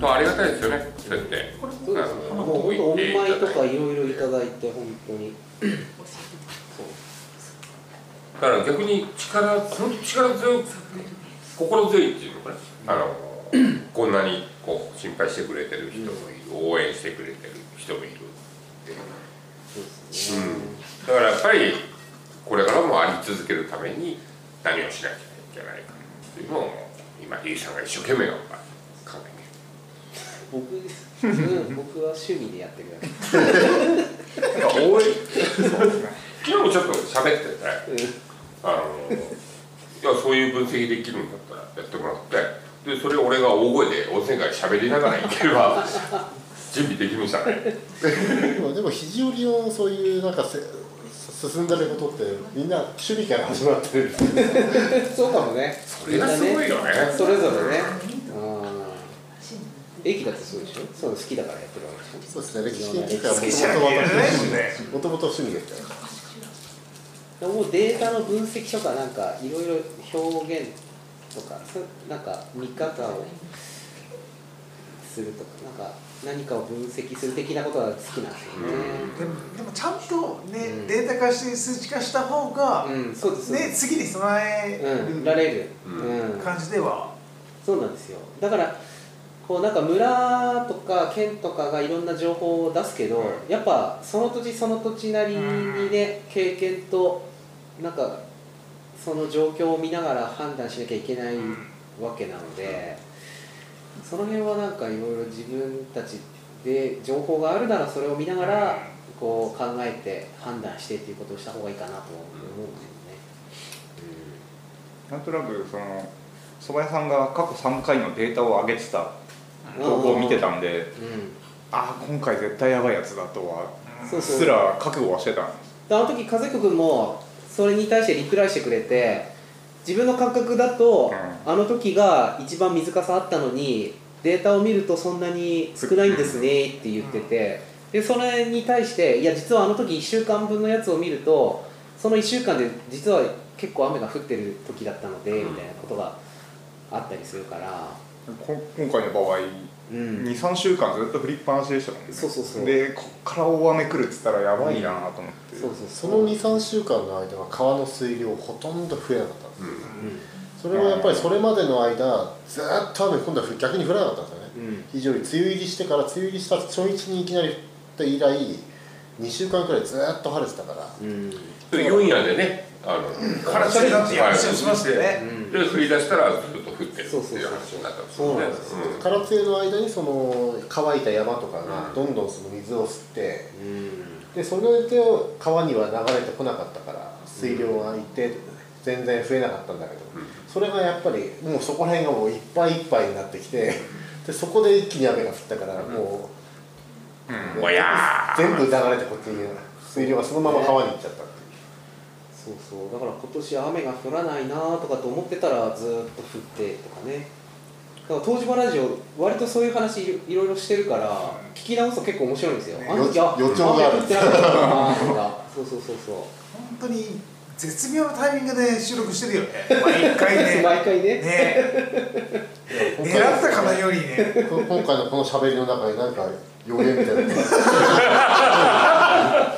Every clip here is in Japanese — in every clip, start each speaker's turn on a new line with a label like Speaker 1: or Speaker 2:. Speaker 1: とありがたいですよねそうやって
Speaker 2: そうですね。もう本当お見舞いとかいろいろいただいて本当に。
Speaker 1: だから逆に力本当力強い心強いっていうのかなあのこんなにこう心配してくれてる人もいる応援してくれてる人もいるって
Speaker 2: そうですね。
Speaker 1: だからやっぱりこれからもあり続けるために何をしなきゃいけないかっていうのを今リーさんが一生懸命頑張って考えてる
Speaker 2: 僕です、うん僕は趣味でやってください。
Speaker 1: なんか応援昨日もちょっと喋っててあのいやそういう分析できるんだったらやってもらってでそれを俺が大声で温泉街喋りながら行ければ 準備できましたね
Speaker 3: でもでも肘折のそういうなんかせ進んだことってみんな趣味から始ま ってるんですよ
Speaker 2: そうかもね。
Speaker 1: それがすごいよね
Speaker 2: それぞれね。うん駅だってそうでしょ。そう好きだからやってるわけでし
Speaker 3: そうですね歴史研究会は
Speaker 4: 好きじゃない
Speaker 3: もともと
Speaker 4: もんね
Speaker 3: もともと趣味ですか
Speaker 2: ょ。で
Speaker 3: ら
Speaker 2: ももうデータの分析とかなんかいろいろ表現とかそうなんか見方をするとかなんか何かを分析する的なことが好きなんですよね。
Speaker 4: でもでもちゃんとね、
Speaker 2: うん
Speaker 4: データ化して数値化した方が、
Speaker 2: うん、そうです。そうで
Speaker 4: ね
Speaker 2: す
Speaker 4: 次に備え
Speaker 2: うん、られる。
Speaker 1: うん
Speaker 2: うん
Speaker 4: 感じでは、
Speaker 2: そうなんですよだからこうなんか村とか県とかがいろんな情報を出すけど、
Speaker 1: う
Speaker 2: やっぱその土地その土地なりにね、経験となんかその状況を見ながら判断しなきゃいけないわけなので、その辺はなんかいろいろ自分たちで情報があるならそれを見ながら、こう考えて判断してっていうことをした方がいいかなと思うんですよね。
Speaker 5: なんとなくその蕎麦屋さんが過去3回のデータを上げてた投稿を見てたんで、
Speaker 2: うん
Speaker 5: ああ今回絶対やばいやつだとは
Speaker 4: うん
Speaker 2: そう
Speaker 5: うっ
Speaker 2: そう
Speaker 5: すら覚悟はしてたんです
Speaker 2: であの時和彦君もそれに対してリプライしてくれて自分の感覚だと、あの時が一番水かさあったのにデータを見るとそんなに少ないんですねって言ってて、でそれに対していや実はあの時1週間分のやつを見るとその1週間で実は結構雨が降ってる時だったので、みたいなことがあったりするから、
Speaker 5: こ今回の場合
Speaker 2: うん、
Speaker 5: 23週間ずっと振りっぱなしでしたもんね
Speaker 2: そうそうそう
Speaker 5: でこっから大雨来るっつったらやばいなと思って、
Speaker 2: そうそう
Speaker 3: その23週間の間は川の水量ほとんど増えなかったんです
Speaker 1: うん
Speaker 3: それはやっぱりそれまでの間ずーっと雨今度は逆に降らなかったんですよね
Speaker 2: うん、うん
Speaker 3: 非常に梅雨入りしてから梅雨入りした初日にいきなり降って以来2週間くらいずーっと晴れてたから
Speaker 2: うん
Speaker 1: それ4夜でねあの
Speaker 4: からしれだっていう話をしましたよね、
Speaker 1: で降り出したらずっと降ってるって
Speaker 2: そうそう
Speaker 1: い
Speaker 2: そうう
Speaker 1: 話になったんです
Speaker 2: そう
Speaker 1: よね
Speaker 2: なんですよ
Speaker 1: うん
Speaker 3: 空梅雨の間にその乾いた山とかがどんどんその水を吸って
Speaker 2: うん
Speaker 3: でそれで川には流れてこなかったから水量が一定全然増えなかったんだけど、それがやっぱりもうそこら辺がもういっぱいいっぱいになってきてでそこで一気に雨が降ったからも
Speaker 5: うん
Speaker 3: う、
Speaker 1: もや
Speaker 3: 全部流れてこっちに水量がそのまま川に行っちゃったっていう
Speaker 2: そうそうだから今年雨が降らないなとかと思ってたらずーっと降ってとかねだから東島ラジオ割とそういう話いろいろいろしてるから聞き直すと結構面白いんですよあの時あ
Speaker 3: よ予兆がある
Speaker 2: 雨降ってなかったなとかそうそうそうそう
Speaker 4: 本当に絶妙なタイミングで収録してるよね毎回 ね
Speaker 2: 毎回ね
Speaker 4: ね
Speaker 3: 今
Speaker 4: 狙ったか
Speaker 3: 回
Speaker 4: のようにね
Speaker 3: こ今回のこの喋りの中に何か予言みたいなのがあ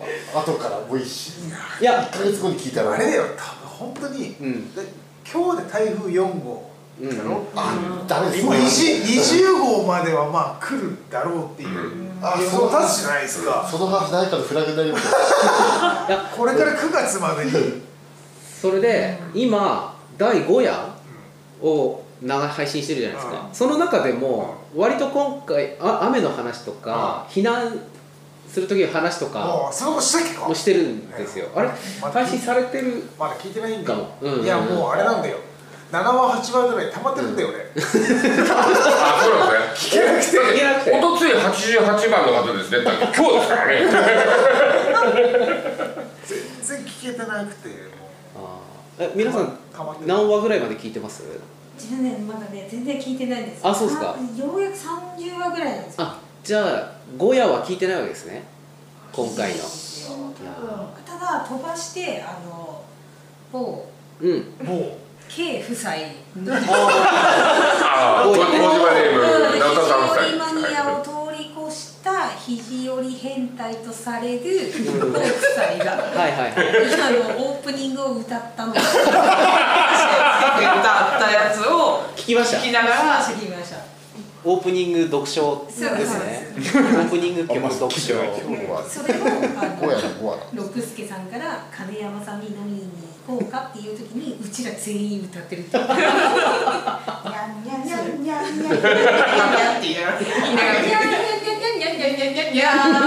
Speaker 3: 後からもう一し
Speaker 2: いや
Speaker 3: 1か月後に聞いたら
Speaker 4: あれだよ多分本当に、
Speaker 2: うん
Speaker 4: で今日で台風4号だろ、
Speaker 3: ダメです
Speaker 4: 今 20, 20号まではまあ来るだろうっていう
Speaker 3: あ
Speaker 4: 予想立つじゃないですか
Speaker 3: その話誰かのフラグになりますよ
Speaker 2: いや
Speaker 4: これから9月までに
Speaker 2: それで今第5夜を長配信してるじゃないですか
Speaker 4: う
Speaker 2: その中でも割と今回あ雨の話とか避難する時の話とか
Speaker 4: もうその子したっけか
Speaker 2: をしてるんですよあれ
Speaker 4: まだ
Speaker 2: 配信されてる
Speaker 4: まだ聞いてないんだよ、
Speaker 2: うんうんうん
Speaker 4: いやもうあれなんだよ7話8話ぐらい溜まってるんだよ俺、
Speaker 1: あそうなんですね
Speaker 4: 聞けなくて
Speaker 2: いけなくて
Speaker 1: おとつい88番の方ですね今日ですから ね
Speaker 4: 全然聞けてなくても
Speaker 2: あーえ皆さん
Speaker 4: たまってる
Speaker 2: 何話ぐらいまで聞いてます
Speaker 6: 自分ねまだね全然聞いてないんです
Speaker 2: あそうっすか
Speaker 6: さんようやく30話ぐらいなんですよ
Speaker 2: あじゃあ5夜は聞いてないわけですね今回の
Speaker 6: ただ飛ばしてあの某
Speaker 2: うん
Speaker 4: うもう
Speaker 6: K 夫妻
Speaker 1: ああ小島ネーム
Speaker 6: 変態とされる奥さんが
Speaker 2: はいはいはい
Speaker 6: あのオープニングを歌ったの歌ったやつを
Speaker 2: 聞きました
Speaker 6: ながら聞きました
Speaker 2: オープニング読書ですね
Speaker 6: そうです
Speaker 2: オープニング曲読書
Speaker 5: あんま
Speaker 3: 今日は
Speaker 6: それをあ
Speaker 3: 5
Speaker 6: の
Speaker 3: やな5やな
Speaker 6: 六輔さんから金山さんに飲みに行こうかっていう時にうちら全員歌ってるっていう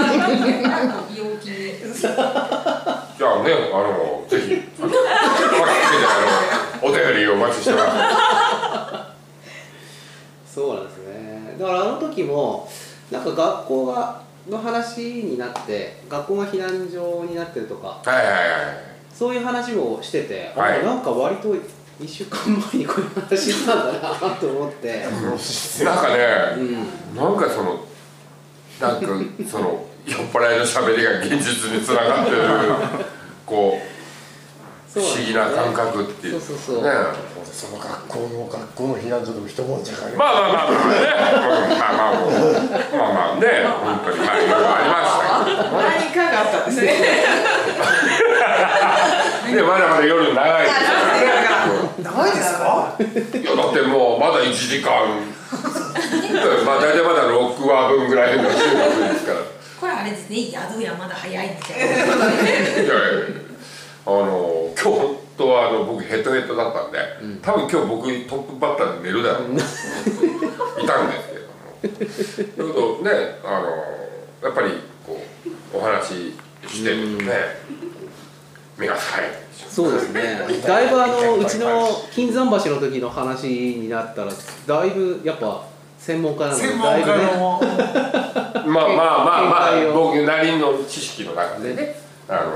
Speaker 6: 陽気に
Speaker 1: じゃあね、あの、ぜ ひ、あの、まああのお便りをお待ちしてます。
Speaker 2: そうなんですねだからあの時もなんか学校がの話になって学校が避難所になってるとか
Speaker 1: はいはいはい。
Speaker 2: そういう話もしてて、あ
Speaker 1: はい
Speaker 2: なんか割と1週間前にこういう話したんだなと思 って、
Speaker 1: なんか
Speaker 2: う
Speaker 1: ね、
Speaker 2: ん、
Speaker 1: なんかその、なんかその、酔っ払いの喋りが現実につながってる、こう、不思議な感覚っていう。
Speaker 2: そうそうそう
Speaker 1: ね。
Speaker 3: その学校の学校の避難所でも一文字か
Speaker 1: まあまあまあまあね。うんまあまあ、まあまあね、本当に、まあいろいろありました
Speaker 7: 何かがあったんですね。
Speaker 1: けど。ね、まだまだ夜長いですからね。
Speaker 4: 長いですか
Speaker 1: いやだってもうまだ1時間 まあ大体まだ6話分ぐらいの収録ですから
Speaker 6: これあれですね宿屋まだ早いみたいない
Speaker 1: やいやいやあの今日本当はあの僕ヘトヘトだったんで、多分今日僕トップバッターで寝るだろうなと思っていたんですけれどもだけどねあのやっぱりこうお話ししてるとね目が覚めるでしょ
Speaker 2: そうですねだいぶあのうちの金山橋の時の話になったらだいぶやっぱ専門家なので
Speaker 4: 専
Speaker 2: だ
Speaker 4: 門
Speaker 2: い
Speaker 4: 家
Speaker 2: ぶね
Speaker 4: の
Speaker 1: まあまあまあ
Speaker 2: 見解
Speaker 1: まあ
Speaker 2: を
Speaker 1: 僕なりの知識の中でねあの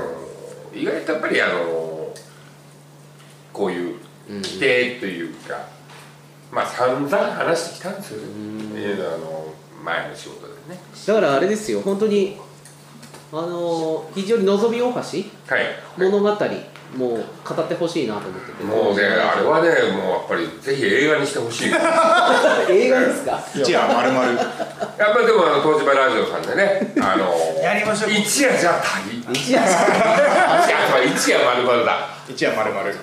Speaker 1: 意外とやっぱりあのこういう規定というか、まあ散々話してきたんですよね、えーあの前の仕事でね
Speaker 2: だからあれですよ本当にあの非常に望み大橋
Speaker 1: はい
Speaker 2: 物語もう語ってほしいなと思ってて
Speaker 1: もうねあれはねもうやっぱりぜひ映画にしてほ しいいや
Speaker 2: 映画ですか
Speaker 5: 一夜丸 々
Speaker 1: まあでもあの東芝ラジオさんでねあの
Speaker 4: やりましょう
Speaker 1: 一夜じゃ足りん
Speaker 2: 一夜しか
Speaker 1: 一夜まあ一夜丸々だ
Speaker 5: 一夜丸々
Speaker 1: だか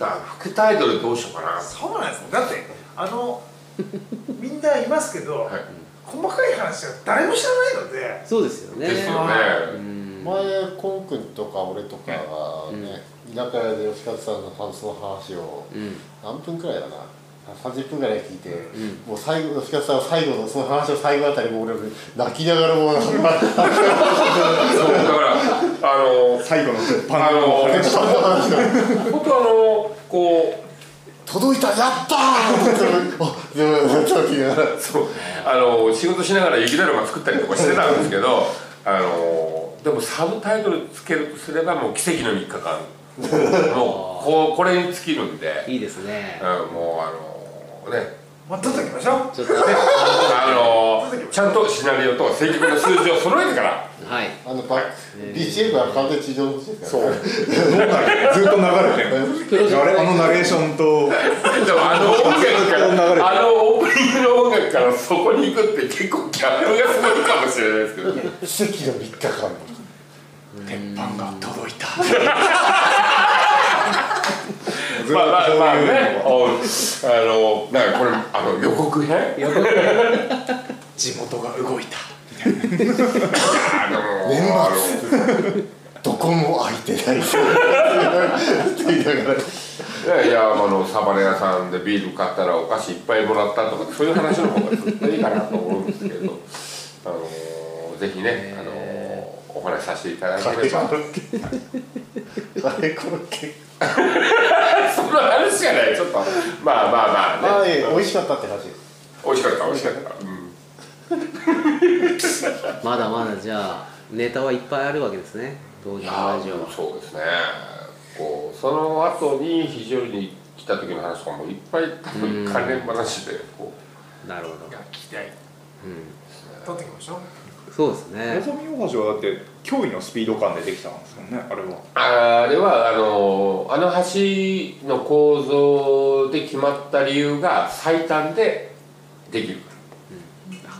Speaker 1: ら副タイトルどうしようかな
Speaker 4: そうなんですよだってあのみんないますけど、
Speaker 1: はい
Speaker 4: 細かい話は誰も知らないので
Speaker 2: そうですよね
Speaker 1: ですよね
Speaker 2: うん
Speaker 3: 前コン君とか俺とかがね、居酒屋で吉勝さんのパンツの話を
Speaker 2: うん
Speaker 3: 何分くらいだな30分くらい聞いて、
Speaker 2: ん
Speaker 3: もう最後吉勝さんは最後のその話の最後あたりもう俺泣きながらもうなんか
Speaker 1: そうだからあの
Speaker 5: 最後のパ
Speaker 1: あ
Speaker 5: ンの
Speaker 1: の
Speaker 5: 話
Speaker 1: 本当あのこ
Speaker 3: 届いたやったーあでもなんか泣きながら
Speaker 1: うそうあの仕事しながら雪だるま作ったりとかしてたんですけどあのでもサブタイトルつけるとすればもう奇跡の3日間もうこうこれに尽きるんで、
Speaker 2: いいですね
Speaker 1: うん、もうあのね
Speaker 4: まあ取っときましょう
Speaker 2: ちょっと
Speaker 1: あのちゃんとシナリオと正確な数字を揃えてから
Speaker 2: はい
Speaker 3: あのバック BGM は完全に地上のですから、ね、
Speaker 5: 脳内でずっと流れ てる
Speaker 2: プロジェ
Speaker 5: あ
Speaker 2: ク
Speaker 5: れ
Speaker 2: ト
Speaker 5: あのナレーションと
Speaker 1: でもあの音楽からあのオープニングの音楽からそこに行くって結構ギャップがすごいかもしれないですけどね
Speaker 3: そう奇跡の3日間
Speaker 5: 鉄板が届いた
Speaker 1: まあまあまあね、おあのなんかこれあの予告編
Speaker 5: 地元が動いた
Speaker 1: あの
Speaker 3: 年
Speaker 1: あ
Speaker 3: どこも空いてないって言いな
Speaker 1: の
Speaker 3: がら
Speaker 1: いやいやあのサバネ屋さんでビール買ったらお菓子いっぱいもらったとかそういう話の方がずっといいかなと思うんですけど、あのぜひねあのお話しさせていただけ
Speaker 3: カレ
Speaker 1: れ
Speaker 3: ー
Speaker 1: ば
Speaker 3: コロッケカレーコロッケ
Speaker 1: その話じゃないちょっとまあまあまあ
Speaker 3: あ
Speaker 1: ね
Speaker 3: あいえ美味しかったって話です
Speaker 1: 美味しかった美味しかった、うん
Speaker 2: まだまだじゃあネタはいっぱいあるわけですね同時
Speaker 1: い
Speaker 2: の
Speaker 1: や
Speaker 2: ラジオ
Speaker 1: ー
Speaker 2: は
Speaker 1: そうですねこうその後に肘折に来た時の話とかもいっぱい多分関連話でこ
Speaker 2: なるほ
Speaker 1: う
Speaker 2: ど
Speaker 1: いや聞きたい
Speaker 2: うん
Speaker 4: 取ってきましょう
Speaker 2: そうですね
Speaker 5: 望み大橋はだって驚異のスピード感でできたんですもんねあれは
Speaker 1: あれはあのあの橋の構造で決まった理由が最短でできるか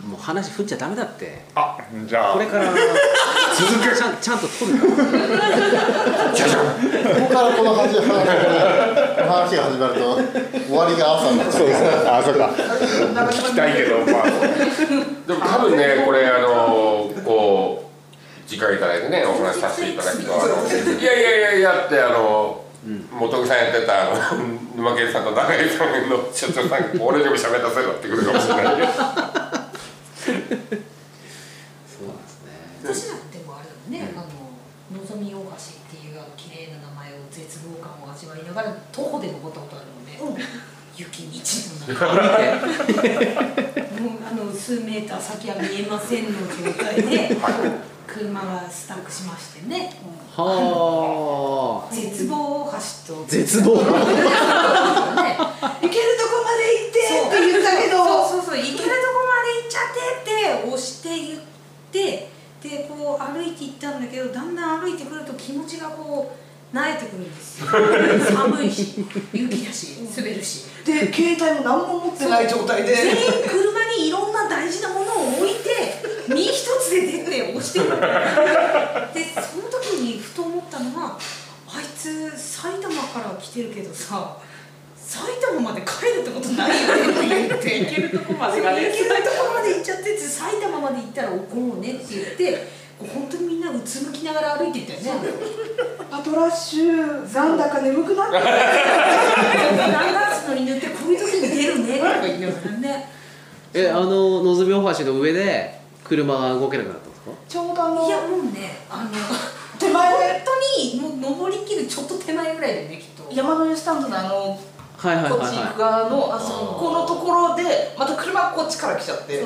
Speaker 2: もう話振っちゃダメだって
Speaker 5: あじゃあ
Speaker 2: これ から続けちゃんちゃんと取るから
Speaker 3: ここからこの話がこの話が始まると終わりが朝になっちゃうあそうか
Speaker 5: 聞きたいけどまあ
Speaker 1: でも多分ねこれあのこう時間いただいてねお話しさせていただくとあのいやいやいやいやってあの元木さんやってたあの 沼健さんと中井さんの社長さんが俺にも喋らせろってくるかもしれないけど
Speaker 2: そうなんですね
Speaker 6: 私だってもあれだもんね、あの望み大橋っていうあの綺麗な名前を絶望感を味わいながら徒歩で登ったことあるもんね、雪道の
Speaker 2: 歩
Speaker 6: 中
Speaker 2: いて
Speaker 6: もうあの数メーター先は見えませんの状態で車がスタックしましてね
Speaker 2: はあ
Speaker 6: 絶望橋と
Speaker 2: 絶望
Speaker 6: ね
Speaker 7: 行けるとこまで行って
Speaker 6: そう
Speaker 7: って言ったけど
Speaker 6: そうそうそう行けるとこまで行っちゃってって押して言ってでこう歩いて行ったんだけどだんだん歩いてくると気持ちがこう慣れてくるんです よ寒いし雪だし滑るし
Speaker 7: で携帯も何も持ってない状態で
Speaker 6: 全員車にいろんな大事なものを置いて身一つで出て押してるのでその時にふと思ったのはあいつ埼玉から来てるけどさ埼玉まで帰るってことないよねって言って
Speaker 7: 行けるとこま
Speaker 6: 行け
Speaker 7: でがね
Speaker 6: ないところまで行っちゃって埼玉まで行ったら怒ろうねって言って本当にみんなうつむきながら歩いてったよね
Speaker 7: アトラッシュ残高眠くなってきた
Speaker 6: ランガースのに塗ってこういう時に出るねとか言いながらね
Speaker 2: えあののぞみ大橋の上で車が動けなくなったんですか
Speaker 7: ちょうどあの
Speaker 6: いやもうねあの
Speaker 7: 手
Speaker 6: 本
Speaker 7: 前
Speaker 6: 当にもう登りきるちょっと手前ぐらいだよねきっと
Speaker 7: 山の湯スタンドのあの
Speaker 2: はいはいはい
Speaker 7: こっち行く側のあそこのところでまた車がこっちから来ちゃってで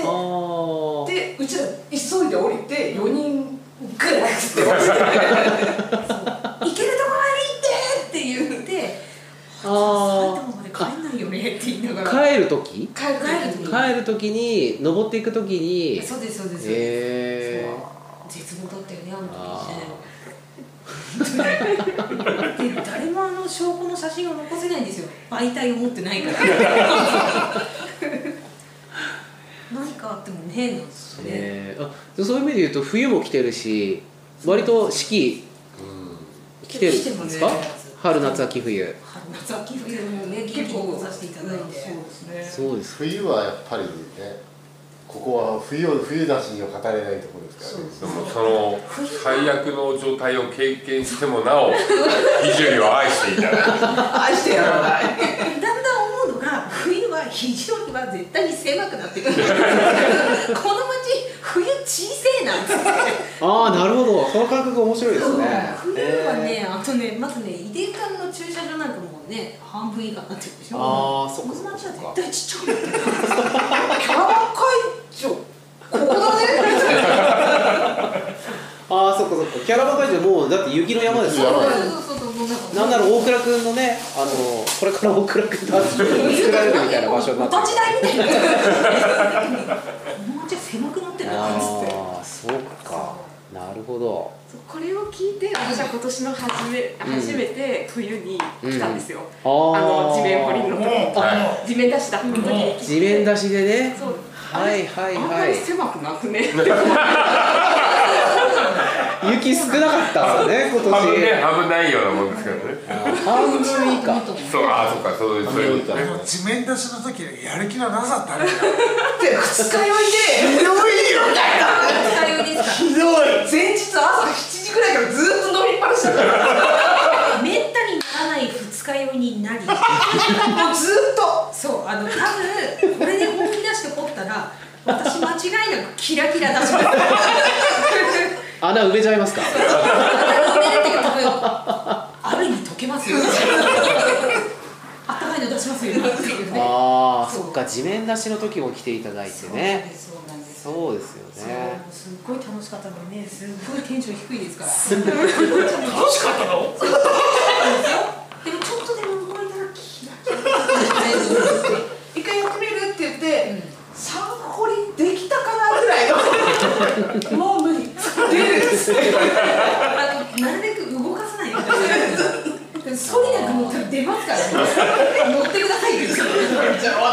Speaker 2: はい
Speaker 7: でうちら急いで降りて4人ぐらいって落ちて
Speaker 6: 行けるとこまで行ってって言って
Speaker 2: あ
Speaker 6: 埼
Speaker 2: ー
Speaker 6: 玉まで帰んないよねって言いながら
Speaker 2: あー帰る時
Speaker 6: 帰る帰る
Speaker 2: 帰る時に登っていく時に
Speaker 6: そうですそうです、
Speaker 2: えー
Speaker 6: 絶望だったよねあ
Speaker 2: あ
Speaker 6: の時ねで誰もあの証拠の写真を残せないんですよ媒体を持ってないから何かあってもねえなんですよね、
Speaker 2: えーあでそういう意味で言うと冬も来てるし割と四季来てるんですか
Speaker 6: 来てますね
Speaker 2: 春夏秋冬
Speaker 6: 春夏秋冬もね元気に来させていただいて、
Speaker 7: そうですね
Speaker 2: そうです
Speaker 3: 冬はやっぱりねここは冬を冬なしには語れないところですからね
Speaker 1: でもその最悪の状態を経験してもな お非常には愛していただく
Speaker 7: 愛してやらない
Speaker 6: だんだん思うのが冬は非常には絶対に狭くなって くるこの町冬小せえなって
Speaker 2: ああなるほどその感覚面白いですね
Speaker 6: 冬はね、あとね、まずね、井出館の駐車場なんかもうね、半分以下になってるでしょ。
Speaker 2: あーそっか
Speaker 6: この町
Speaker 2: そっか
Speaker 6: は絶対ちっちゃくなってる。
Speaker 7: キャラバン会長ここだね
Speaker 2: ああそっかそっかキャラバン会場もうだって雪の山です
Speaker 3: や
Speaker 2: よ
Speaker 3: ばい
Speaker 6: そうそうそうそう、そう
Speaker 2: なんだろう大倉君のねあのこれから大倉君と作られるみたいな場所になって
Speaker 6: お立
Speaker 2: る
Speaker 6: ち台みたいな。この町は狭くなってるなっつって。
Speaker 2: ああそうかなるほど
Speaker 8: そうこれを聞いて私は今年の初め、
Speaker 2: ん
Speaker 8: 初めて冬に来たんですよ、
Speaker 2: あー
Speaker 8: あの地面掘りの時、
Speaker 1: は
Speaker 8: 地面出しだった時に来て
Speaker 2: 地面出しでね
Speaker 8: そう
Speaker 2: はいはい
Speaker 8: あんまり
Speaker 2: は
Speaker 8: 狭くなくね
Speaker 2: い雪少なかったんだね今
Speaker 1: 半分ね
Speaker 2: 年
Speaker 1: 半分ないようなもんですけどね
Speaker 2: 半分以下
Speaker 1: そうあそうかそうですそういうこと
Speaker 3: 半分
Speaker 1: ね
Speaker 3: 以下
Speaker 4: でも地面出しの時のやる気のなさったね
Speaker 7: で二日酔いでひどいよみたいな
Speaker 6: 二日酔いですか
Speaker 7: ひどい前日朝7時ぐらいからずっと飲みっぱなしだから
Speaker 6: ら。めったにならない二日酔いになり。
Speaker 7: もうずっと
Speaker 6: そう、あの、多分、これで本気出して掘ったら、私間違いなくキラキラ出します。
Speaker 2: 穴埋めちゃいますか
Speaker 6: ある意味溶けますよ。あったかいの出しますよ。っていうね。
Speaker 2: ああ
Speaker 6: そう
Speaker 2: そっか地面出しの時も来ていただいてね
Speaker 6: そうなんです。そう
Speaker 2: そうですよね
Speaker 6: すっごい楽しかったのにね、すっごいテンション低いですから。
Speaker 4: 楽しかったの
Speaker 6: でもちょっとでも動いたらキラキラ。
Speaker 7: 一回やってみるって言って、三掘りできたかなぐらいのもう無理出るっつって
Speaker 6: あのなるべく動かさないように。ソリなんか乗ったら出ますから、ね、乗ってくださいって言って。
Speaker 7: じゃあ